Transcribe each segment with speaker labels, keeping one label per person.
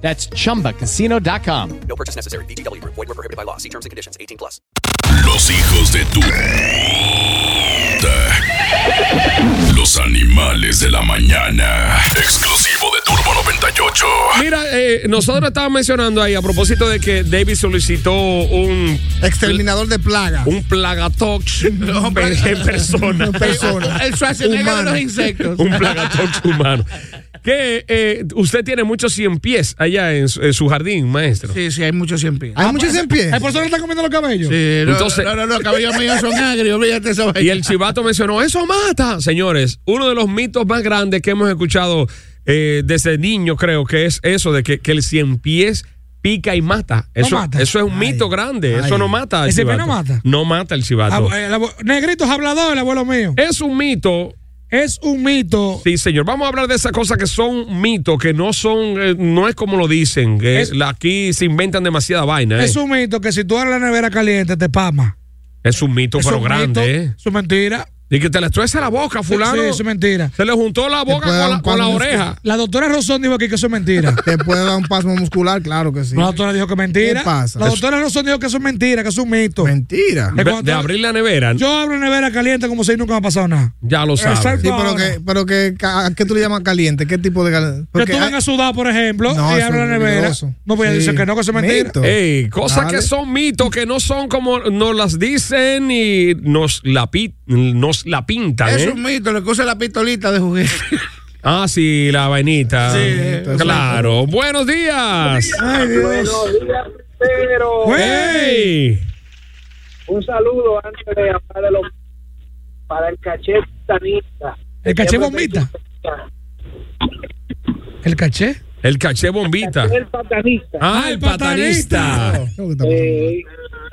Speaker 1: That's chumbacasino.com.
Speaker 2: No purchase necessary. VGW Group. Void were prohibited by law. See terms and conditions. 18 plus.
Speaker 3: Los hijos de tu. Los animales de la mañana. Exclusivo de Turbo 98.
Speaker 4: Mira, eh, nosotros estábamos mencionando ahí a propósito de que David solicitó un,
Speaker 5: Exterminador de plagas.
Speaker 4: un plagatox en persona. Eh,
Speaker 5: persona.
Speaker 6: El Schwarzenegger de
Speaker 5: Humano.
Speaker 6: los insectos.
Speaker 4: un plagatox humano. Que eh, usted tiene muchos cien pies allá en su, en su jardín, maestro.
Speaker 6: Sí, sí, hay muchos cien pies.
Speaker 5: Hay
Speaker 7: Ah,
Speaker 5: muchos en pie.
Speaker 7: Ay, por eso pues, le están comiendo los cabellos.
Speaker 6: Sí, no,
Speaker 4: Entonces-
Speaker 6: no, no, los cabellos míos son agrios, olvídate esa
Speaker 4: Y
Speaker 6: vaina.
Speaker 4: el chivato mencionó, eso mata. Señores, uno de los mitos más grandes que hemos escuchado eh, desde niño, creo que es eso de que, que el cien pies pica y mata. Eso,
Speaker 7: mata.
Speaker 4: eso es un mito grande. Eso no mata. al
Speaker 7: ¿Ese pie no
Speaker 4: chivato.
Speaker 7: mata? Ah,
Speaker 4: No mata el chivato.
Speaker 7: Ab- el abo- Negritos hablador, el abuelo mío.
Speaker 4: Es un mito.
Speaker 7: Es un mito.
Speaker 4: Sí, señor. Vamos a hablar de esas cosas que son mitos, que no son, eh, no es como lo dicen. Que
Speaker 7: Es-
Speaker 4: la- aquí se inventan demasiada vaina. eh.
Speaker 7: Es un mito que si tú abres la nevera caliente te pama.
Speaker 4: Es un mito,
Speaker 7: Es
Speaker 4: pero
Speaker 7: un
Speaker 4: grande,
Speaker 7: mito,
Speaker 4: ¿eh?
Speaker 7: Es una mentira.
Speaker 4: Y que te le estruesa la boca, fulano.
Speaker 7: Sí, es una mentira.
Speaker 4: se le juntó la boca
Speaker 5: puede
Speaker 4: con
Speaker 5: dar
Speaker 4: la,
Speaker 5: un
Speaker 4: con la
Speaker 5: palo en el
Speaker 4: oreja.
Speaker 7: La doctora Rosón dijo aquí que eso es mentira.
Speaker 5: Te puede dar un pasmo muscular, claro que sí.
Speaker 7: La doctora dijo que es mentira.
Speaker 5: ¿Qué pasa?
Speaker 7: La doctora Rosón dijo que eso es mentira, que eso es un mito.
Speaker 5: Mentira.
Speaker 7: Es
Speaker 4: Ve-
Speaker 7: cuando
Speaker 4: de
Speaker 7: tú-
Speaker 4: abrir la nevera,
Speaker 7: Yo abro nevera caliente como si nunca me ha pasado nada.
Speaker 4: ya lo sabes.
Speaker 7: Exacto.
Speaker 5: Sí, pero que, pero que, ca- ¿a qué tú le llamas caliente? ¿Qué tipo de caliente?
Speaker 7: que tú vengas a sudar, por ejemplo,
Speaker 5: No,
Speaker 7: y
Speaker 5: eso
Speaker 7: abro la
Speaker 5: es
Speaker 7: nevera.
Speaker 5: peligroso.
Speaker 7: No voy a
Speaker 5: Sí.
Speaker 7: decir que no, que eso es mentira.
Speaker 5: Mito.
Speaker 4: Ey, cosas
Speaker 5: Dale.
Speaker 4: que son mitos, que no son como nos las dicen y nos la, pi- nos la pintan.
Speaker 6: Es
Speaker 4: ¿eh?
Speaker 6: un mito, lo que usa la pistolita de juguete.
Speaker 4: Ah, sí, la vainita.
Speaker 5: entonces-
Speaker 4: claro. Buenos días.
Speaker 7: Ay, Dios.
Speaker 8: Pero
Speaker 7: Güey.
Speaker 4: Ey.
Speaker 8: un saludo antes de hablar de los para el caché satanista.
Speaker 7: El caché bombita. ¿El caché?
Speaker 4: El caché bombita.
Speaker 8: El satanista.
Speaker 4: Ah, el patanista.
Speaker 5: ¿Qué es lo que está pasando?
Speaker 8: Eh,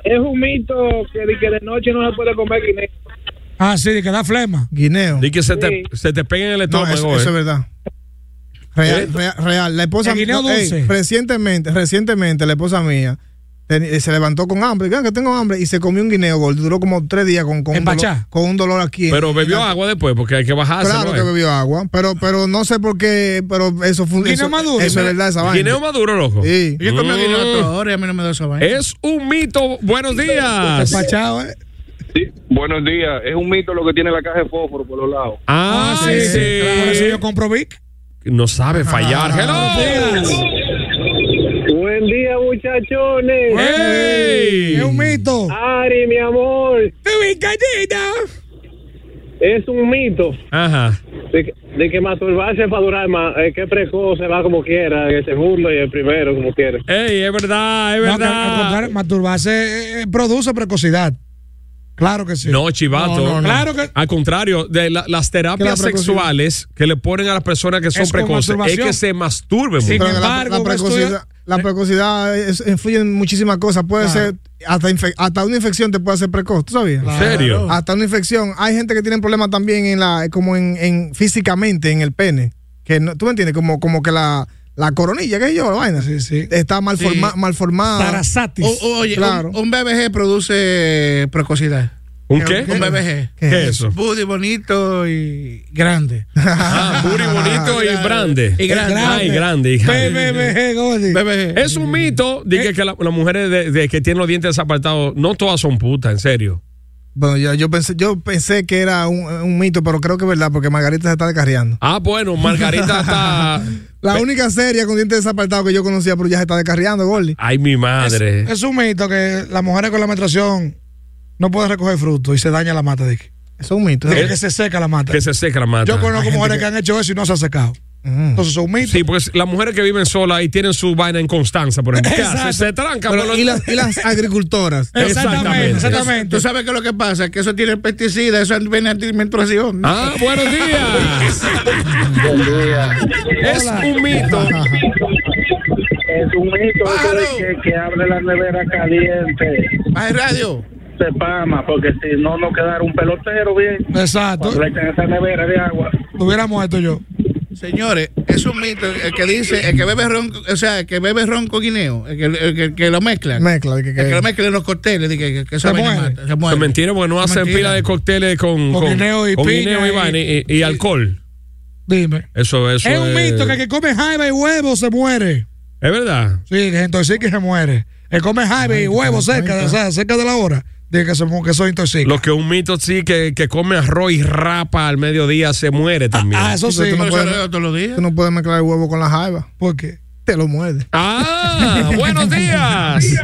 Speaker 8: es un mito que de, que de noche no se puede comer guineo.
Speaker 7: Ah, sí, de que da flema.
Speaker 5: Guineo.
Speaker 4: Y que se te, se te pega en el
Speaker 5: No,
Speaker 4: estómago.
Speaker 5: eso, eso
Speaker 4: ¿eh?
Speaker 5: es verdad. Real,
Speaker 4: ¿Eh?
Speaker 5: real, real. La esposa
Speaker 7: El guineo
Speaker 5: no, ey,
Speaker 7: dulce.
Speaker 5: recientemente, recientemente la esposa mía ten- eh, se levantó con hambre, "Ah, que tengo hambre, y se comió un guineo gordo. Duró como tres días con, con, un, dolor,
Speaker 7: Empachá.
Speaker 5: con un dolor aquí. en-
Speaker 4: Pero bebió agua después porque hay que bajarse.
Speaker 5: Claro
Speaker 4: ¿no?
Speaker 5: que bebió agua, pero pero no sé por qué, pero eso fue
Speaker 7: Guineo
Speaker 5: eso,
Speaker 7: maduro.
Speaker 5: eso es verdad esa vaina.
Speaker 4: Guineo maduro, loco.
Speaker 5: Sí.
Speaker 6: Yo comí
Speaker 4: Mm.
Speaker 6: guineo a todas horas y a mí no me da esa vaina.
Speaker 4: Es un mito. Buenos días.
Speaker 5: Empachado, ¿eh?
Speaker 8: Buenos días. Es un mito lo que tiene la caja de fósforo por los lados.
Speaker 4: Ah, sí, sí.
Speaker 7: Por eso yo Ah, compro Vic.
Speaker 4: No sabe fallar. Hello.
Speaker 8: Buen día, muchachones.
Speaker 4: Hey.
Speaker 7: Es un mito.
Speaker 8: Ari, mi amor, es un mito
Speaker 4: Ajá.
Speaker 8: de que, de que masturbarse para durar más. eh, que precoz se va como quiera, el segundo y el primero como quiera.
Speaker 4: Ey, es verdad, es
Speaker 7: No, que al
Speaker 4: verdad.
Speaker 7: contrario, masturbarse eh, produce precocidad. Claro que sí.
Speaker 4: No, chivato.
Speaker 7: No, no, no. Claro
Speaker 5: Ah,
Speaker 7: que-
Speaker 4: Al contrario, de la- las terapias
Speaker 5: Que la precocidad-
Speaker 4: sexuales que le ponen a las personas que son
Speaker 7: Es con
Speaker 4: precoces es
Speaker 7: masturbación.
Speaker 4: que se masturben.
Speaker 7: Sí,
Speaker 4: mujer.
Speaker 7: Sin
Speaker 5: Pero que la-
Speaker 7: embargo,
Speaker 5: la,
Speaker 7: una
Speaker 5: precocidad,
Speaker 7: estudia- Eh.
Speaker 5: la precocidad es- influye en muchísimas cosas. Puede
Speaker 7: Claro.
Speaker 5: ser, hasta, infe- hasta una infección te puede hacer precoz, ¿tú sabías?
Speaker 4: ¿En serio?
Speaker 5: Hasta una infección. Hay gente que tiene problemas también en la, como en, en- físicamente en el pene. Que no- ¿Tú me entiendes? Como, como que la, la coronilla, que yo, la vaina.
Speaker 7: Sí, sí.
Speaker 5: Está mal, forma- mal formada.
Speaker 7: Tarasatis.
Speaker 6: O- o- oye,
Speaker 5: Claro.
Speaker 6: un, un BBG produce precocidad.
Speaker 4: ¿Un qué?
Speaker 6: Un BBG.
Speaker 4: ¿Qué es eso?
Speaker 6: Booty bonito y grande.
Speaker 4: Ah, booty bonito y grande.
Speaker 6: Y grande.
Speaker 4: Ay, grande. hija.
Speaker 7: PBBG Gordy.
Speaker 6: BBG.
Speaker 4: Es un mito. Dije que la- las mujeres de, de que tienen los dientes desapartados, no todas son putas, en serio.
Speaker 5: Bueno, ya, yo pensé, yo pensé que era un, un mito, pero creo que es verdad, porque Margarita se está descarriando.
Speaker 4: Ah, bueno, Margarita está.
Speaker 5: La única serie con dientes desapartados que yo conocía, pero ya se está descarriando, Gordy.
Speaker 4: Ay, mi madre.
Speaker 7: Es un mito que las mujeres con la menstruación no pueden recoger frutos y se daña la mata. Dick.
Speaker 5: Eso es un mito. Eh.
Speaker 7: Que se seca la mata.
Speaker 4: que se seca la mata.
Speaker 7: Yo conozco mujeres que... han hecho eso y no se ha secado. Entonces eso es un mito.
Speaker 4: Sí, pues las mujeres que viven solas y tienen su vaina en Constanza, por ejemplo. ¿Qué hace?
Speaker 7: Exacto.
Speaker 4: Se tranca
Speaker 5: Pero,
Speaker 4: por los-
Speaker 5: y, las, y las agricultoras.
Speaker 4: Exactamente.
Speaker 7: Exactamente, exactamente.
Speaker 6: Tú sabes que lo que pasa es que eso tiene pesticidas, eso viene antimenstruación.
Speaker 4: Ah, buenos días. es un mito.
Speaker 8: Es un mito
Speaker 6: Pájaro.
Speaker 8: eso de que, que abre la nevera caliente.
Speaker 6: Baja el radio.
Speaker 8: Se pama, porque si no, no quedara un pelotero bien.
Speaker 7: Exacto.
Speaker 8: Cuando le echan esa nevera de agua.
Speaker 7: Tuviera muerto yo.
Speaker 6: Señores, es un mito. El que dice, el que bebe ron, o sea, el que bebe ron con guineo, el que, el que, el que lo mezcla.
Speaker 5: Mezcla. Que, que-
Speaker 6: El que lo mezcla en los cócteles, que, que, que esa
Speaker 7: Se
Speaker 6: vaina
Speaker 7: muere.
Speaker 6: mata, se
Speaker 4: Es
Speaker 6: muere.
Speaker 4: mentira, porque no
Speaker 6: Es
Speaker 4: hacen
Speaker 6: mentira.
Speaker 4: pila de cócteles con,
Speaker 7: Con guineo y
Speaker 4: con
Speaker 7: piña
Speaker 4: guineo y,
Speaker 7: y-
Speaker 4: vaina y- y- y alcohol.
Speaker 7: Dime.
Speaker 4: Eso, eso.
Speaker 7: es un
Speaker 5: Pues-
Speaker 7: mito que el que come jaiba y huevo se muere.
Speaker 4: Es verdad.
Speaker 7: Sí, que es intoxica y se muere. El que come jaiba y huevo cerca, de- o sea, cerca de la hora, dice que, se, mu- que eso intoxica.
Speaker 4: Lo que un mito sí, que, que come arroz y rapa al mediodía se muere también.
Speaker 7: Ah, eso sí.
Speaker 5: tú no
Speaker 6: Pero eso
Speaker 5: puedes-
Speaker 6: lo veo todos los días.
Speaker 5: tú no puedes mezclar el huevo con la jaiba.
Speaker 7: ¿Por qué?
Speaker 5: Te lo muerde.
Speaker 4: Ah, buenos días.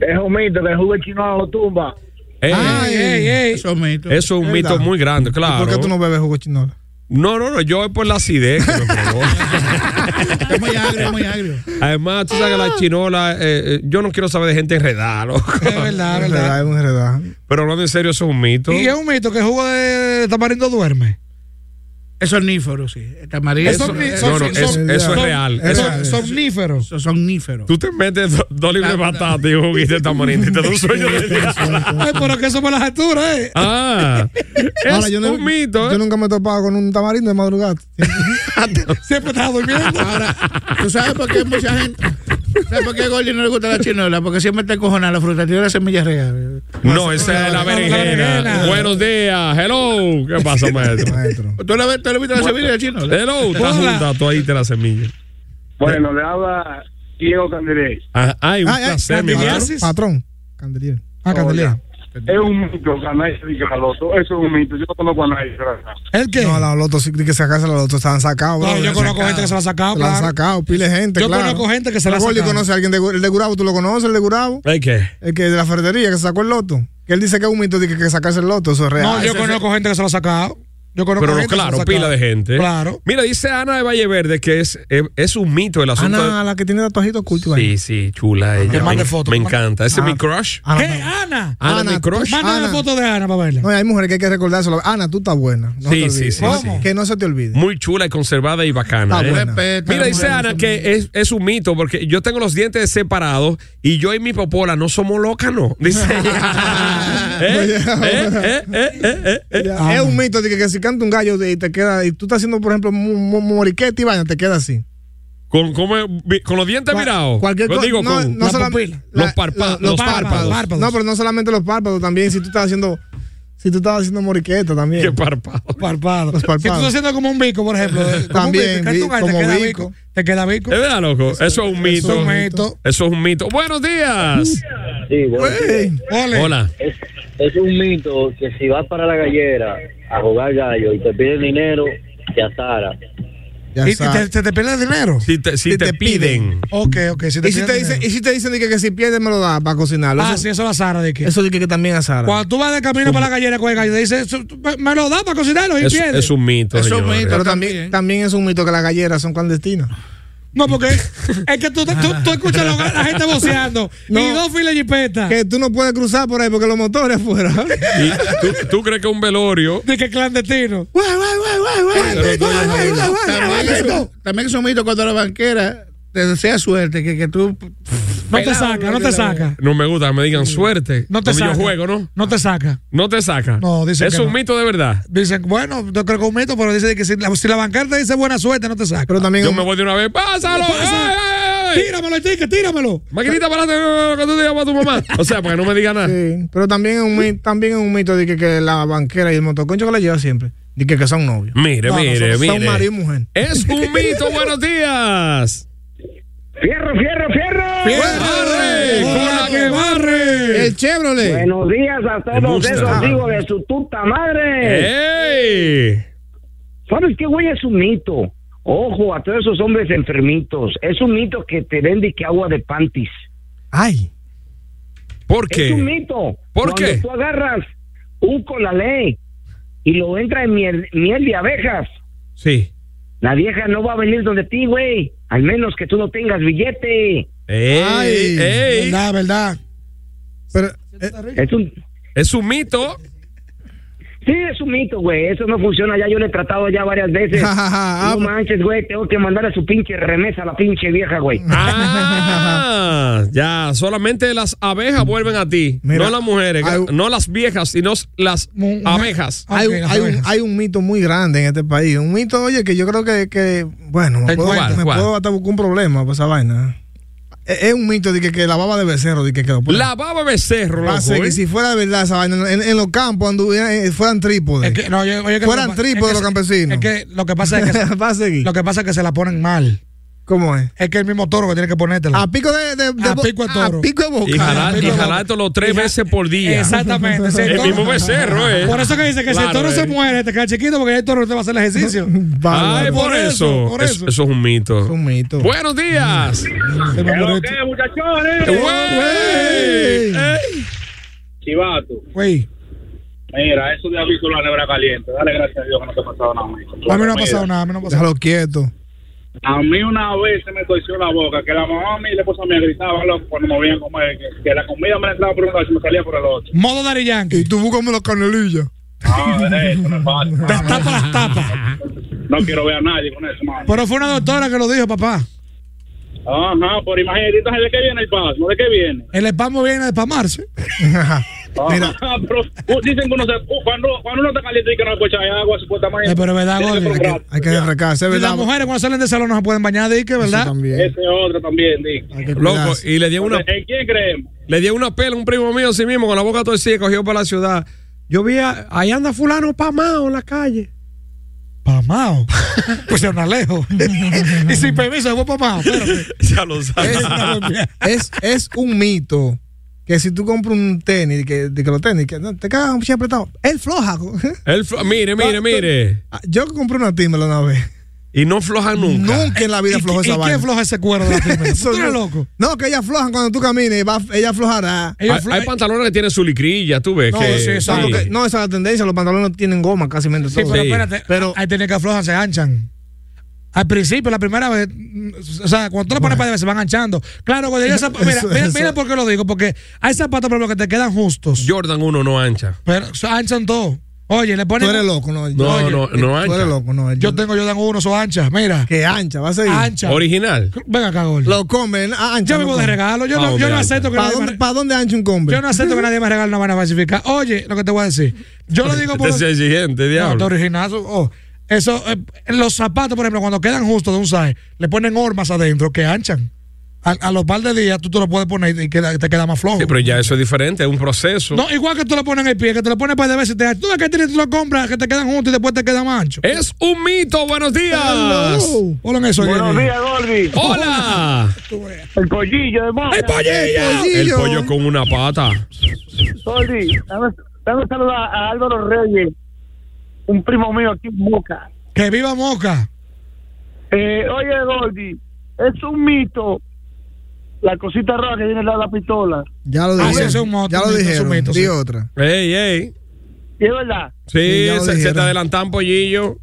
Speaker 8: Es un mito que el jugo chino lo tumba.
Speaker 4: Eh,
Speaker 5: Ah,
Speaker 7: Ay, ey, ey.
Speaker 6: Eso es un mito.
Speaker 4: eso es un
Speaker 5: ¿Verdad?
Speaker 4: mito muy grande, claro.
Speaker 5: ¿Por qué tú no bebes jugo chinola?
Speaker 4: No, no, no, yo es por la acidez. que me provocó.
Speaker 6: Es muy agrio, es muy agrio.
Speaker 4: Además, tú sabes que la chinola, eh, eh, yo no quiero saber de gente enredada, loco.
Speaker 7: Es verdad, es
Speaker 5: Es
Speaker 7: verdad.
Speaker 5: verdad, es un verdad.
Speaker 4: Pero hablando en serio, eso es un mito.
Speaker 7: Y es un mito que el jugo de tamarindo duerme.
Speaker 6: Es somnífero, sí. El tamarindo.
Speaker 7: Es
Speaker 6: Eso-
Speaker 7: somní-
Speaker 6: eso-
Speaker 4: no, no,
Speaker 7: son-
Speaker 4: es-
Speaker 7: son-
Speaker 4: eso es
Speaker 7: son-
Speaker 4: real.
Speaker 5: es
Speaker 4: Eso-
Speaker 5: real.
Speaker 7: Somnífero.
Speaker 6: Eso es somnífero.
Speaker 4: tú te metes do- dos libras de batata y un juguito de tamarindo y te da un sueño de
Speaker 7: Ay, pero que eso por las alturas, ¿eh?
Speaker 4: Ah, es
Speaker 5: Ahora, yo no-
Speaker 4: un mito.
Speaker 5: Yo
Speaker 4: ¿eh?
Speaker 5: nunca me he topado con un tamarindo de madrugada.
Speaker 7: Siempre estás durmiendo.
Speaker 6: Ahora, ¿tú sabes por qué mucha gente... ¿Sabes por qué a Gordy no le gusta la chinola? Porque siempre está cojonada la fruta, tiene las semillas reales.
Speaker 4: No, esa es la
Speaker 7: no, no,
Speaker 4: berenjena.
Speaker 7: berenjena.
Speaker 4: Buenos días. Hello. ¿Qué pasa, maestro?
Speaker 5: Maestro.
Speaker 6: ¿Tú le ves- tú le viste la semilla de chinola?
Speaker 4: Hello. Estás
Speaker 7: Hola.
Speaker 4: juntado tú ahí te la semilla.
Speaker 8: Bueno, le habla Diego Candelé.
Speaker 4: Ah, Ay, un
Speaker 5: Ay, ay,
Speaker 4: placer, mi
Speaker 7: candidata.
Speaker 4: hermano.
Speaker 7: Francis.
Speaker 5: Patrón. Candelier.
Speaker 7: Ah, Candelera.
Speaker 8: Es un mito que a nadie se dedica a loto. Eso es un mito. Yo no conozco a nadie. de verdad.
Speaker 7: ¿El qué?
Speaker 5: No,
Speaker 7: No,
Speaker 5: la loto sí que sacarse la loto estaban sacados. bro.
Speaker 7: yo conozco gente que se la ha sacado.
Speaker 5: Se la han
Speaker 7: claro.
Speaker 5: sacado, pile de gente.
Speaker 7: Yo
Speaker 5: claro.
Speaker 7: conozco gente que se la ha
Speaker 5: Gordy
Speaker 7: sacado.
Speaker 5: conoce a alguien de, el de Gurabo, ¿tú lo conoces, el de Gurabo?
Speaker 4: ¿Ay qué?
Speaker 5: El que de la ferretería que se sacó el loto. Que él dice que es un mito de que, que sacarse el loto, eso es real.
Speaker 7: No, yo conozco gente que se lo ha sacado. Yo conozco
Speaker 4: Pero
Speaker 7: gente que se lo
Speaker 4: claro,
Speaker 7: ha sacado.
Speaker 4: pila de gente.
Speaker 7: Claro.
Speaker 4: Mira, dice Ana de Valle Verde que es, eh, es un mito el asunto.
Speaker 5: Ana, la que tiene tatuajitos ocultos
Speaker 4: de-
Speaker 5: ahí.
Speaker 4: Sí, sí, chula ella.
Speaker 7: Que
Speaker 4: Me,
Speaker 7: mande foto,
Speaker 4: me
Speaker 7: que mande-
Speaker 4: encanta. Ese es mi crush.
Speaker 5: Ana,
Speaker 7: ¿Qué,
Speaker 5: no.
Speaker 7: Ana?
Speaker 4: Ana,
Speaker 5: Ana,
Speaker 4: mi crush.
Speaker 5: tú-
Speaker 7: Mándame
Speaker 5: Ana.
Speaker 7: la foto de Ana para verla.
Speaker 5: No, hay mujeres que hay que recordárselo. Ana, tú estás buena. No
Speaker 4: Sí,
Speaker 5: te
Speaker 4: sí,
Speaker 5: olvides.
Speaker 4: sí, sí.
Speaker 5: Que no se te olvide.
Speaker 4: Muy chula y conservada y bacana.
Speaker 5: Ah,
Speaker 4: ¿eh?
Speaker 5: bueno.
Speaker 6: Respeta,
Speaker 4: Mira, dice
Speaker 6: mujer,
Speaker 4: Ana
Speaker 6: eso-
Speaker 4: que es, es un mito porque yo tengo los dientes separados y yo y mi popola no somos locas, ¿no? Dice ella. ¿Eh? ¿Eh? ¿Eh? ¿Eh? ¿Eh? ¿Eh? ¿Eh?
Speaker 5: Ya, es un mito de que, que si canta un gallo de- y te queda, y tú estás haciendo, por ejemplo, mu- mu- moriquete y vaina, te queda así.
Speaker 4: ¿Con, cómo- vi- con los dientes mirados.
Speaker 5: Cualquier
Speaker 4: Yo
Speaker 5: cosa.
Speaker 4: digo,
Speaker 5: No,
Speaker 4: con
Speaker 5: no
Speaker 4: la
Speaker 5: solam-
Speaker 4: pupila.
Speaker 5: la-
Speaker 4: los, parpa-
Speaker 5: la-
Speaker 4: los
Speaker 5: los
Speaker 4: párpados.
Speaker 7: párpados. Párpados.
Speaker 5: No, pero no solamente los párpados, también si tú estás haciendo, si tú estás haciendo moriqueta también.
Speaker 4: ¿Qué párpados?
Speaker 7: Parpado.
Speaker 5: Los párpados.
Speaker 7: Si tú estás haciendo como un bico, por ejemplo. eh, como un
Speaker 5: También,
Speaker 7: bico, y
Speaker 5: vi-
Speaker 7: canta un gallo,
Speaker 5: como
Speaker 7: te queda
Speaker 5: bico.
Speaker 7: bico. Te queda bico.
Speaker 4: ¿Es verdad, loco? Eso, es un mito.
Speaker 7: es un mito.
Speaker 4: Eso es un mito. Buenos días.
Speaker 8: Sí, bueno.
Speaker 5: Ey,
Speaker 7: Ole.
Speaker 4: Hola.
Speaker 8: Es, es un mito que si vas para la gallera a jugar gallo y te piden dinero, te atara.
Speaker 5: ya
Speaker 7: ¿Y y
Speaker 5: sabes.
Speaker 7: te, te, te pierde el dinero?
Speaker 4: Si te, si
Speaker 5: Si
Speaker 4: te
Speaker 5: te
Speaker 4: piden.
Speaker 7: Ok, ok. Si te
Speaker 5: Y si te dicen, y si te dicen de que, que si pierdes me lo da para cocinarlo.
Speaker 7: Ah,
Speaker 5: eso,
Speaker 7: sí, eso la Sara de que.
Speaker 5: eso de que, que también a Sara.
Speaker 7: Cuando tú vas de camino para la gallera con el gallo, te dice, "Tú- tú- me me lo da para cocinarlo y
Speaker 4: Es,
Speaker 7: pierde.
Speaker 4: es un mito.
Speaker 6: Es un
Speaker 4: señores.
Speaker 6: mito.
Speaker 5: Pero también, también es un mito que las galleras son clandestinas.
Speaker 7: No, porque es que tú, tú, tú escuchas a la- la gente voceando y
Speaker 5: No.
Speaker 7: dos filas de jipeta.
Speaker 5: Que tú no puedes cruzar por ahí porque los motores afuera.
Speaker 4: ¿Y tú, tú crees que un velorio.
Speaker 7: De que clandestino.
Speaker 5: Guay, guay, guay, guay, guay.
Speaker 4: Pero tú-
Speaker 5: Guay, guay, guay, guay,
Speaker 6: También
Speaker 5: guay,
Speaker 6: es
Speaker 5: guay.
Speaker 6: un- También es un mito cuando la banquera te desea suerte, que, que tú...
Speaker 7: No te saca, no te saca.
Speaker 4: No me gusta que me digan suerte.
Speaker 7: No te
Speaker 4: Cuando
Speaker 7: saca.
Speaker 4: yo juego, ¿no?
Speaker 7: No te saca.
Speaker 4: No te saca.
Speaker 7: No, dicen
Speaker 4: Es
Speaker 7: que
Speaker 4: un
Speaker 7: no.
Speaker 4: mito de verdad.
Speaker 7: Dicen, bueno, yo creo que es un mito, pero dice que si la, si la bancarta dice buena suerte, no te saca.
Speaker 5: Pero también
Speaker 4: Yo
Speaker 5: es
Speaker 4: me
Speaker 5: un-
Speaker 4: voy de una vez. ¡Pásalo!
Speaker 7: Pasa.
Speaker 4: ¡Ay, ay, ay!
Speaker 7: tíramelo, chica, tíramelo.
Speaker 4: Maquinita, párate lo que tú digas para tu mamá. O sea, para que no me diga nada.
Speaker 5: sí, pero también es un mito, también es un mito de que, que la banquera y el motoconcho que la lleva siempre, de que, que son novios.
Speaker 4: Mire,
Speaker 5: No, no,
Speaker 4: mire,
Speaker 5: son- son
Speaker 4: mire.
Speaker 5: marido y mujer.
Speaker 4: Es un mito. Buenos días.
Speaker 8: ¡Fierro, fierro, fierro!
Speaker 4: ¡Barre! ¡Con la que barre!
Speaker 7: El Chevrolet.
Speaker 8: Buenos días a todos
Speaker 4: gusta.
Speaker 8: esos hijos de su puta madre.
Speaker 4: ¡Ey!
Speaker 8: ¿Sabes qué, güey? Es un mito. Ojo a todos esos hombres enfermitos. Es un mito que te vende que agua de panties.
Speaker 5: Ay.
Speaker 4: ¿Por
Speaker 8: Es un
Speaker 4: qué?
Speaker 8: mito.
Speaker 4: ¿Por
Speaker 8: Cuando
Speaker 4: qué?
Speaker 8: tú agarras un colalé y lo entra en miel, miel de abejas,
Speaker 4: Sí.
Speaker 8: la vieja no va a venir donde ti, güey. Al menos que tú no tengas billete.
Speaker 4: ¡Ey!
Speaker 7: Ay,
Speaker 4: ¡Ey!
Speaker 7: verdad, verdad.
Speaker 5: Pero, eh,
Speaker 8: Es un...
Speaker 4: Es un mito.
Speaker 8: Sí, es un mito, güey. Eso no funciona. Ya yo lo he tratado ya varias veces.
Speaker 5: Ja, ja, ja. Ah,
Speaker 8: no manches, güey. Tengo que mandar a su pinche remesa a la pinche vieja, güey.
Speaker 4: Ah, ya, solamente las abejas vuelven a ti,
Speaker 5: Mira,
Speaker 4: no las mujeres,
Speaker 5: hay-
Speaker 4: no las viejas, sino las
Speaker 7: Mu-
Speaker 4: abejas.
Speaker 7: Ah,
Speaker 5: hay,
Speaker 7: ok, las
Speaker 5: hay un,
Speaker 7: abejas.
Speaker 5: hay un mito muy grande en este país. Un mito, oye, que yo creo que, que bueno, me
Speaker 4: ¿El
Speaker 5: puedo,
Speaker 4: cuál?
Speaker 5: me
Speaker 4: ¿Cuál?
Speaker 5: puedo hasta buscar un problema por esa vaina. Es, es un mito de que, que la baba de becerro, de que, que lo ponen.
Speaker 4: La baba becerro, loco,
Speaker 5: Pase que
Speaker 4: ¿eh?
Speaker 5: si fuera verdad esa vaina, en, en los campos anduvieran, eh, fueran trípodes.
Speaker 7: Es que, no, yo- oye, que
Speaker 5: Fueran
Speaker 7: lo que pa- es
Speaker 5: tripos de
Speaker 7: que-
Speaker 5: los campesinos.
Speaker 7: Es que lo que pasa es que,
Speaker 5: Va a seguir.
Speaker 7: lo que, pasa es que se la ponen mal.
Speaker 5: ¿Cómo es?
Speaker 7: Es que el mismo toro que tiene que ponértela.
Speaker 5: A pico de, de- de
Speaker 7: A
Speaker 5: bo-
Speaker 7: pico de toro.
Speaker 5: A pico de boca.
Speaker 4: Y jalar, y
Speaker 7: Amigo,
Speaker 4: jalártelo tres veces por día.
Speaker 7: Exactamente. si
Speaker 4: El
Speaker 7: toro-
Speaker 4: mismo becerro, ¿eh?
Speaker 7: Por eso que dice que si el
Speaker 4: Claro,
Speaker 7: toro
Speaker 4: eh.
Speaker 7: se muere, te queda chiquito porque ya el toro no te va a hacer el ejercicio.
Speaker 4: Ay,
Speaker 5: Bárbaro.
Speaker 4: por,
Speaker 7: por
Speaker 4: eso.
Speaker 7: eso, por
Speaker 4: Es-
Speaker 7: eso.
Speaker 4: eso. es un mito.
Speaker 5: Es un mito.
Speaker 4: Buenos días.
Speaker 7: Se me murió esto.
Speaker 4: Güey.
Speaker 7: güey.
Speaker 4: Ey.
Speaker 9: Chivato,
Speaker 7: Güey,
Speaker 9: mira, eso de aviso la nebra caliente. Dale gracias a Dios que no te ha pasado nada. mijo.
Speaker 7: a mí no ha
Speaker 9: Mira,
Speaker 7: pasado nada, a mí no ha pasado
Speaker 5: Déjalo quieto.
Speaker 9: A mí una vez se me torció la boca, que la mamá y la esposa me gritaban loco, cuando me veían comer, que, que la comida me la entraba por un lado y se me salía por el otro. Ah,
Speaker 7: Modo Dari Yankee.
Speaker 5: Y tú búscame los canelillas.
Speaker 9: No, de eso no es fácil.
Speaker 7: Te tapa las tapas.
Speaker 9: No quiero ver a nadie con eso, mano.
Speaker 7: Pero fue una doctora que lo dijo, papá.
Speaker 9: Ajá, pero imagínate, entonces, ¿de qué viene el pasmo? ¿De qué viene?
Speaker 7: El espamo viene a despamarse.
Speaker 5: Mira.
Speaker 9: Ajá, pero uh, dicen que uno se, uh, cuando, cuando uno está caliente y que no le puede echar agua, supuestamente.
Speaker 7: Eh, pero es verdad,
Speaker 9: Tiene que
Speaker 7: Gordy,
Speaker 9: ser un
Speaker 7: hay
Speaker 9: rato.
Speaker 5: Hay que derrecarse,
Speaker 7: Y
Speaker 5: ¿verdad?
Speaker 7: las mujeres cuando salen de salón no se pueden bañar de Ike,
Speaker 5: Eso
Speaker 7: ¿verdad?
Speaker 5: también.
Speaker 9: Ese es otro también, digo.
Speaker 5: Hay que
Speaker 4: Loco,
Speaker 5: cuidarse.
Speaker 4: y le dio una
Speaker 9: ¿En quién creemos?
Speaker 4: le dio una pela a un primo mío así mismo con la boca torcida y cogió para la ciudad. Yo vi, a- ahí anda fulano pamado en la calle.
Speaker 7: Pamao. pues se una lejos. y sin permiso, se fue pamao. Espérate.
Speaker 4: Ya lo sabes.
Speaker 5: es, es un mito que si tú compras un tenis, que, de que los tenis, que no, te cagan siempre apretado. Es floja.
Speaker 4: Él flo- mire, mire, mire.
Speaker 5: Ah, Yo compré una tímela una vez.
Speaker 4: Y no floja nunca.
Speaker 5: Nunca en la
Speaker 7: ¿Y,
Speaker 5: vida aflojó
Speaker 7: qué-
Speaker 5: esa
Speaker 7: y qué
Speaker 5: vaina.
Speaker 7: floja ese cuero de la primera?
Speaker 5: Eso
Speaker 7: ¿Tú eres
Speaker 5: no.
Speaker 7: loco?
Speaker 5: No, que ella afloja cuando tú camines, va, ella aflojará.
Speaker 4: Hay,
Speaker 7: Ellos flo- eh,
Speaker 4: hay pantalones que tienen su licrilla, tú ves.
Speaker 5: No,
Speaker 4: que,
Speaker 5: sí, eso es lo que- no, esa es la tendencia. Los pantalones no tienen goma casi menos
Speaker 7: Sí, pero
Speaker 4: Sí.
Speaker 7: espérate.
Speaker 5: Pero-
Speaker 7: Hay tenis que aflojan, se anchan. Al principio, la primera vez, mm, o sea, cuando tú lo pones para allá, se van anchando. Claro, cuando llega esa. Mira,
Speaker 5: Eso-
Speaker 7: mira,
Speaker 5: eso.
Speaker 7: mira por qué lo digo, porque hay zapatos, por ejemplo, que te quedan justos.
Speaker 4: Jordan 1 no ancha.
Speaker 7: Pero se anchan todo. Oye, le
Speaker 5: Tú
Speaker 7: ponen.
Speaker 5: eres loco, no.
Speaker 4: No, no, no
Speaker 5: Tú
Speaker 4: ancha.
Speaker 5: eres loco, no.
Speaker 7: Yo tengo yo dan uno, son anchas. Mira,
Speaker 5: Que ancha, va a seguir.
Speaker 7: ancha.
Speaker 4: Original.
Speaker 7: Venga acá, Gordy.
Speaker 5: Lo comen, a- ancha.
Speaker 7: Yo vivo de regalo. Yo
Speaker 4: ¿Pa
Speaker 7: no, yo
Speaker 4: dónde
Speaker 7: no
Speaker 4: ancha?
Speaker 7: acepto que
Speaker 5: ¿Para
Speaker 7: nadie me
Speaker 5: dónde,
Speaker 7: re-
Speaker 5: pa' dónde ancha un combe?
Speaker 7: Yo no acepto que nadie me regale una vaina falsificada. Oye, lo que te voy a decir. Yo lo digo por.
Speaker 4: Este es exigente,
Speaker 7: No,
Speaker 4: diablo.
Speaker 7: está originazo. Oh, Eso, eh, los zapatos, por ejemplo, cuando quedan justos de un size, le ponen hormas adentro que anchan. A, a los par de días tú te lo puedes poner y queda- te queda más flojo.
Speaker 4: Sí, pero ya eso es diferente, es un proceso.
Speaker 7: no, igual que tú lo pones en el pie, que te lo pones para de veces, te, tú ves que tienes, tú lo compras, que te quedan juntos y después te queda más ancho.
Speaker 4: Es un mito, buenos días.
Speaker 5: Hello.
Speaker 7: Ponlo en eso,
Speaker 8: Buenos
Speaker 7: Jenny.
Speaker 8: días, Gordy.
Speaker 4: Hola.
Speaker 8: El pollillo de Moca.
Speaker 5: pollillo.
Speaker 4: El pollo con una pata.
Speaker 8: Gordy, dame, dame un saludo a, a Álvaro Reyes, un primo mío aquí en Moca.
Speaker 7: Que viva Moca.
Speaker 8: Eh, oye, Gordy, es un mito la cosita roja que tiene la, la pistola.
Speaker 5: Ya lo
Speaker 7: Ah,
Speaker 5: dijeron.
Speaker 7: eso es un moto,
Speaker 5: ya
Speaker 7: un
Speaker 5: lo
Speaker 7: mito,
Speaker 5: dijeron.
Speaker 7: es un mito,
Speaker 5: Di
Speaker 7: sí.
Speaker 5: otra.
Speaker 4: Ey, ey.
Speaker 8: Y es verdad.
Speaker 4: Sí,
Speaker 5: Sí, ya lo
Speaker 4: se, se te
Speaker 5: dijeron.
Speaker 4: adelantan pollillo.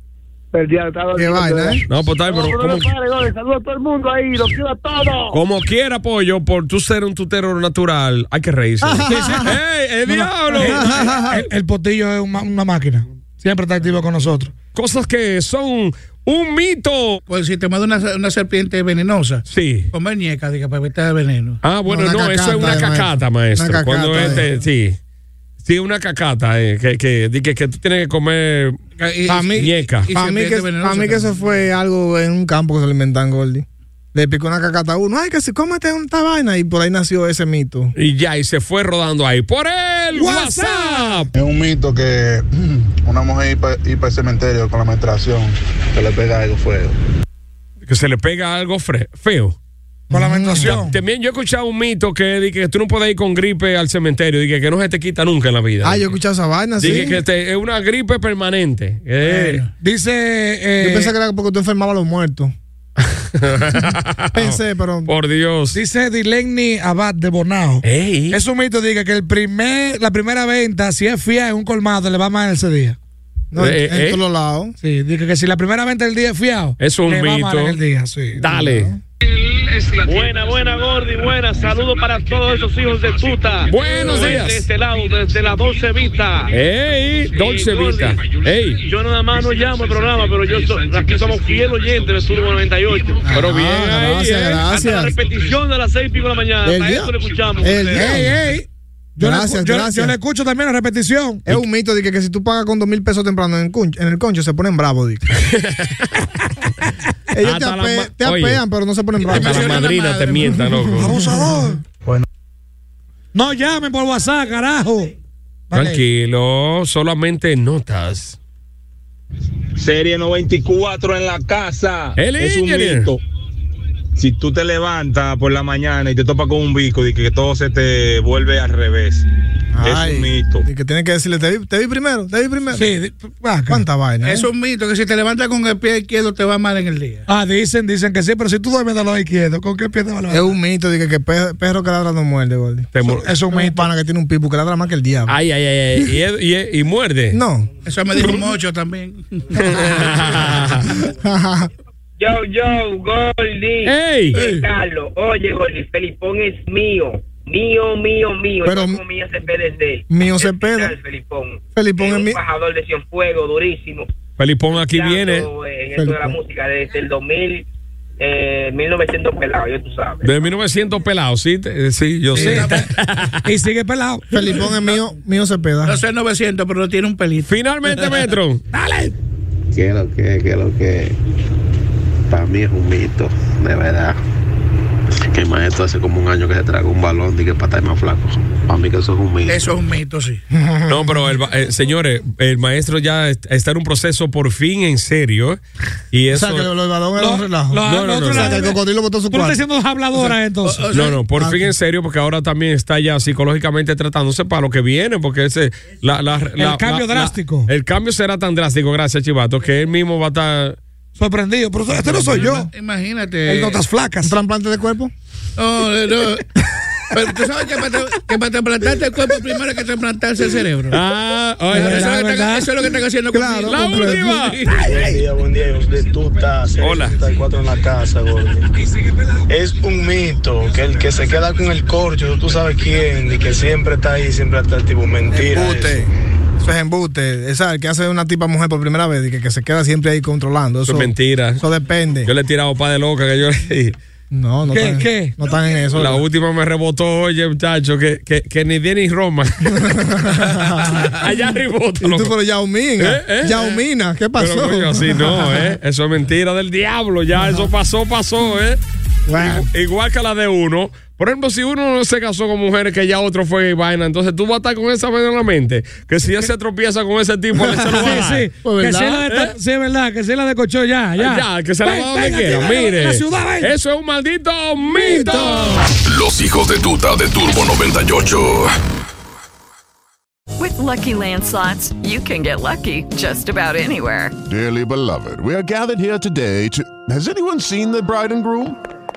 Speaker 8: Perdí al estado.
Speaker 5: Qué vaina, ¿eh?
Speaker 4: No, pues tal,
Speaker 8: No,
Speaker 4: pero
Speaker 8: pero
Speaker 4: como,
Speaker 8: no pare, Gordy. Saludos a todo el mundo ahí. Los quiero a todos.
Speaker 4: como quiera, pollo, por tu ser un tutero natural, hay que reírse. ¡Ey, el diablo!
Speaker 7: El, el potillo es una, una máquina. Siempre está activo con nosotros.
Speaker 4: Cosas que son un mito.
Speaker 6: Pues si te manda una, una serpiente venenosa,
Speaker 4: Sí.
Speaker 6: comer ñeca, diga, para evitar el veneno.
Speaker 4: Ah, bueno, no,
Speaker 5: No, una
Speaker 4: eso es una
Speaker 5: cacata,
Speaker 4: cacata, maestro.
Speaker 5: maestro. Una
Speaker 4: Cuando
Speaker 5: cacata,
Speaker 4: este, sí. Sí, una cacata, eh, que, que, di que, que tú tienes que comer
Speaker 6: Y-
Speaker 5: Pa' mí-
Speaker 4: ñeca.
Speaker 6: Y
Speaker 5: Para mí,
Speaker 6: serpiente
Speaker 5: que,
Speaker 6: venenosa
Speaker 5: pa' mí que eso fue algo en un campo que se alimentan, Gordy. Le picó una cacata a uno. Ay, que si cómete esta vaina. Y por ahí nació ese mito.
Speaker 4: Y ya, y se fue rodando ahí. Por el WhatsApp.
Speaker 9: Es un mito que una mujer ir para el cementerio con la menstruación, que le pega algo fuego.
Speaker 4: Que se le pega algo fre- feo.
Speaker 7: con la menstruación.
Speaker 4: También yo he escuchado un mito que, di que tú no puedes ir con gripe al cementerio, di que, que no se te quita nunca en la vida.
Speaker 5: Ah, yo he escuchado esa vaina,
Speaker 4: Di que-
Speaker 5: sí.
Speaker 4: que te- es una gripe permanente. Eh,
Speaker 7: Dice. eh,
Speaker 5: Yo pensé que era porque tú enfermabas a los muertos.
Speaker 4: Ah,
Speaker 5: Pensé, pero.
Speaker 4: Por Dios.
Speaker 7: Dice Eh, Dilegni Abad de Bonao.
Speaker 4: Ey.
Speaker 7: Es un mito, diga, que el primer, la primera venta, si es fía en un colmado, le va mal ese día.
Speaker 5: No,
Speaker 4: Eh,
Speaker 5: en, en
Speaker 4: eh.
Speaker 5: todos lados.
Speaker 7: Sí, dice que si la primera venta del día es fiado,
Speaker 4: Es un
Speaker 7: le va
Speaker 4: mito.
Speaker 7: mal en el día, sí.
Speaker 4: Dale.
Speaker 10: Buena, buena, Gordy, buena. Saludos para todos esos hijos de tuta.
Speaker 4: Buenos
Speaker 10: De
Speaker 4: días.
Speaker 10: este lado, desde la 12 Vita.
Speaker 4: Ey, Dolce Vita. Ey,
Speaker 10: Yo nada más no llamo el programa, pero yo so- aquí somos fiel oyente de Turbo 98.
Speaker 4: pero bien
Speaker 5: Ah,
Speaker 4: ahí,
Speaker 5: gracias,
Speaker 4: eh.
Speaker 10: Hasta la
Speaker 5: gracias.
Speaker 10: repetición de las 6 y pico de la mañana.
Speaker 5: El
Speaker 10: Hasta
Speaker 5: día-
Speaker 10: esto lo escuchamos.
Speaker 5: el día-
Speaker 7: Ey, ey. Yo le
Speaker 5: Gracias,
Speaker 7: escu- yo-
Speaker 5: gracias.
Speaker 7: Yo le escucho también la repetición.
Speaker 5: Es un mito de que, que si tú pagas con dos mil pesos temprano en el, concho, en el concho, se ponen bravos. Dick. Ellos te,
Speaker 4: Hasta la
Speaker 5: ape-
Speaker 4: ma-
Speaker 5: te
Speaker 4: Oye.
Speaker 5: apean, pero no se ponen bravos.
Speaker 4: Hasta la madrina te mienta, loco.
Speaker 7: Abusador. No llamen por WhatsApp, carajo. Vale.
Speaker 4: Tranquilo, solamente notas.
Speaker 9: Serie 94 en la casa.
Speaker 4: El
Speaker 9: es un
Speaker 4: Engineer.
Speaker 9: mito. Si tú te levantas por la mañana y te topas con un bico y que todo se te vuelve al revés. es un mito.
Speaker 5: Y que tienen que decirle, te vi, te vi primero, te vi primero.
Speaker 7: Sí, di- vaca.
Speaker 5: ¿Cuánta vaina? eh?
Speaker 6: Es un mito que si te levantas con el pie izquierdo te va mal en el día.
Speaker 7: Ah, dicen, dicen que sí, pero si tú duermes de los izquierdos, ¿con qué pierdes valor?
Speaker 5: Es un mito de que, que pe- perro que ladra no muerde, Gordy.
Speaker 4: Te mu-
Speaker 5: Es un mito. pana que tiene un pipo que ladra más que el diablo.
Speaker 4: Ay, ay, ay, ay. Y es- Y, es- y muerde.
Speaker 5: No.
Speaker 6: Eso me dijo Mocho también.
Speaker 10: Yo, yo, Gordy.
Speaker 4: ¡Ey!
Speaker 10: Carlos, oye, Gordy, Felipón es mío. Mío, mío, mío.
Speaker 5: Pero-
Speaker 10: Yo comí ese PDC.
Speaker 5: Mío
Speaker 10: Ese
Speaker 5: se peda.
Speaker 10: final, Felipón.
Speaker 5: Felipón
Speaker 10: Era
Speaker 5: es
Speaker 10: un
Speaker 5: mi-
Speaker 10: bajador de Cienfuegos, durísimo.
Speaker 4: Felipón aquí viene.
Speaker 10: Tanto, eh, En esto de la
Speaker 5: Felipón.
Speaker 10: música, desde el 2000, eh, 1900 pelado, ya tú sabes.
Speaker 4: De 1900 pelado, sí, te- sí, yo sé.
Speaker 7: y sigue pelado.
Speaker 5: Felipón es mío, mío se peda.
Speaker 6: No sé 900, pero tiene un pelito.
Speaker 4: Finalmente, Metro. Dale.
Speaker 9: ¿Qué es lo que ¿Qué es lo que Para mí es un mito, de verdad. Que el maestro hace como un año que se tragó un balón y que para estar más flaco. Para mí que eso es un mito.
Speaker 6: Eso es un mito, sí.
Speaker 4: No, pero el, ba- eh, señores, el maestro ya est- está en un proceso por fin en serio. Y
Speaker 5: o
Speaker 4: eso.
Speaker 5: sea, que lo- lo- el balón era
Speaker 7: Lo-
Speaker 5: un relajo.
Speaker 7: lo-
Speaker 4: No, no,
Speaker 7: lo otro
Speaker 4: no,
Speaker 5: o sea, que el
Speaker 7: lado-
Speaker 5: cocodrilo botó su
Speaker 7: Tú no estás
Speaker 5: cuarto.
Speaker 7: diciendo habladora, entonces.
Speaker 4: no, no, por
Speaker 5: ah,
Speaker 4: fin en serio, porque ahora también está ya psicológicamente tratándose para lo que viene, porque ese, la- la- la-
Speaker 7: cambio
Speaker 4: la-
Speaker 7: drástico.
Speaker 4: la- el cambio será tan drástico, gracias, Chivato, que él mismo va a estar.
Speaker 7: Sorprendido. Pero este no soy yo.
Speaker 6: Imagínate.
Speaker 7: El notas flacas.
Speaker 5: ¿Un trasplante de cuerpo?
Speaker 6: No, no. Pero tú sabes que para, te- que para trasplantarte el cuerpo primero hay que trasplantarse el cerebro.
Speaker 4: Ah, oye,
Speaker 6: eso, es
Speaker 4: esa-
Speaker 6: lo que están, eso es lo que están haciendo
Speaker 5: Claro,
Speaker 4: la
Speaker 6: conmigo.
Speaker 4: última.
Speaker 9: Buen día, buen día, hijos de tuta.
Speaker 4: Hola.
Speaker 9: 64 en la casa, gordo. Es un mito que el que se queda con el corcho, tú sabes quién, y que siempre está ahí, siempre está activo. Mentira.
Speaker 5: Embute.
Speaker 9: eso.
Speaker 5: Eso es embute. Esa, el que hace una tipa mujer por primera vez y que, que se queda siempre ahí controlando.
Speaker 4: Eso
Speaker 5: Eso,
Speaker 4: es mentira.
Speaker 5: Eso depende.
Speaker 4: Yo le he tirado pa de loca que yo le dije.
Speaker 5: No, no
Speaker 7: ¿Qué,
Speaker 5: están,
Speaker 7: qué?
Speaker 5: No están en eso.
Speaker 4: La última me rebotó, oye, muchacho, que, que, que ni Denis Roma. Allá rebota.
Speaker 5: y tú,
Speaker 4: loco.
Speaker 5: pero Yaumina.
Speaker 4: Eh, eh.
Speaker 5: Yaumina, ¿qué pasó?
Speaker 4: Pero coño, así no, ¿eh? Eso es mentira del diablo, ya eso pasó, pasó, ¿eh?
Speaker 5: Bueno.
Speaker 4: Igu- Igual que la de uno. Por ejemplo, si uno no se casó con mujeres que ya otro fue y vaina, entonces tú vas a estar con esa vaina en la mente. Que si ya se tropieza con ese tipo, él se lo va a dar.
Speaker 7: Sí, sí.
Speaker 5: Pues,
Speaker 7: que
Speaker 5: ¿verdad?
Speaker 7: sea la de ta- sí, es verdad, que sea la de Cochó, ya, ya.
Speaker 4: Ya, que se la
Speaker 7: Ven,
Speaker 4: va a donde
Speaker 7: ven,
Speaker 4: quiera.
Speaker 7: aquí, ven,
Speaker 4: Mire,
Speaker 7: en la ciudad, ven.
Speaker 4: eso es un maldito mito.
Speaker 3: Los hijos de tuta de Turbo 98.
Speaker 11: With Lucky Land slots, you can get lucky just about anywhere.
Speaker 3: Dearly beloved, we are gathered here today to. Has anyone seen the bride and groom?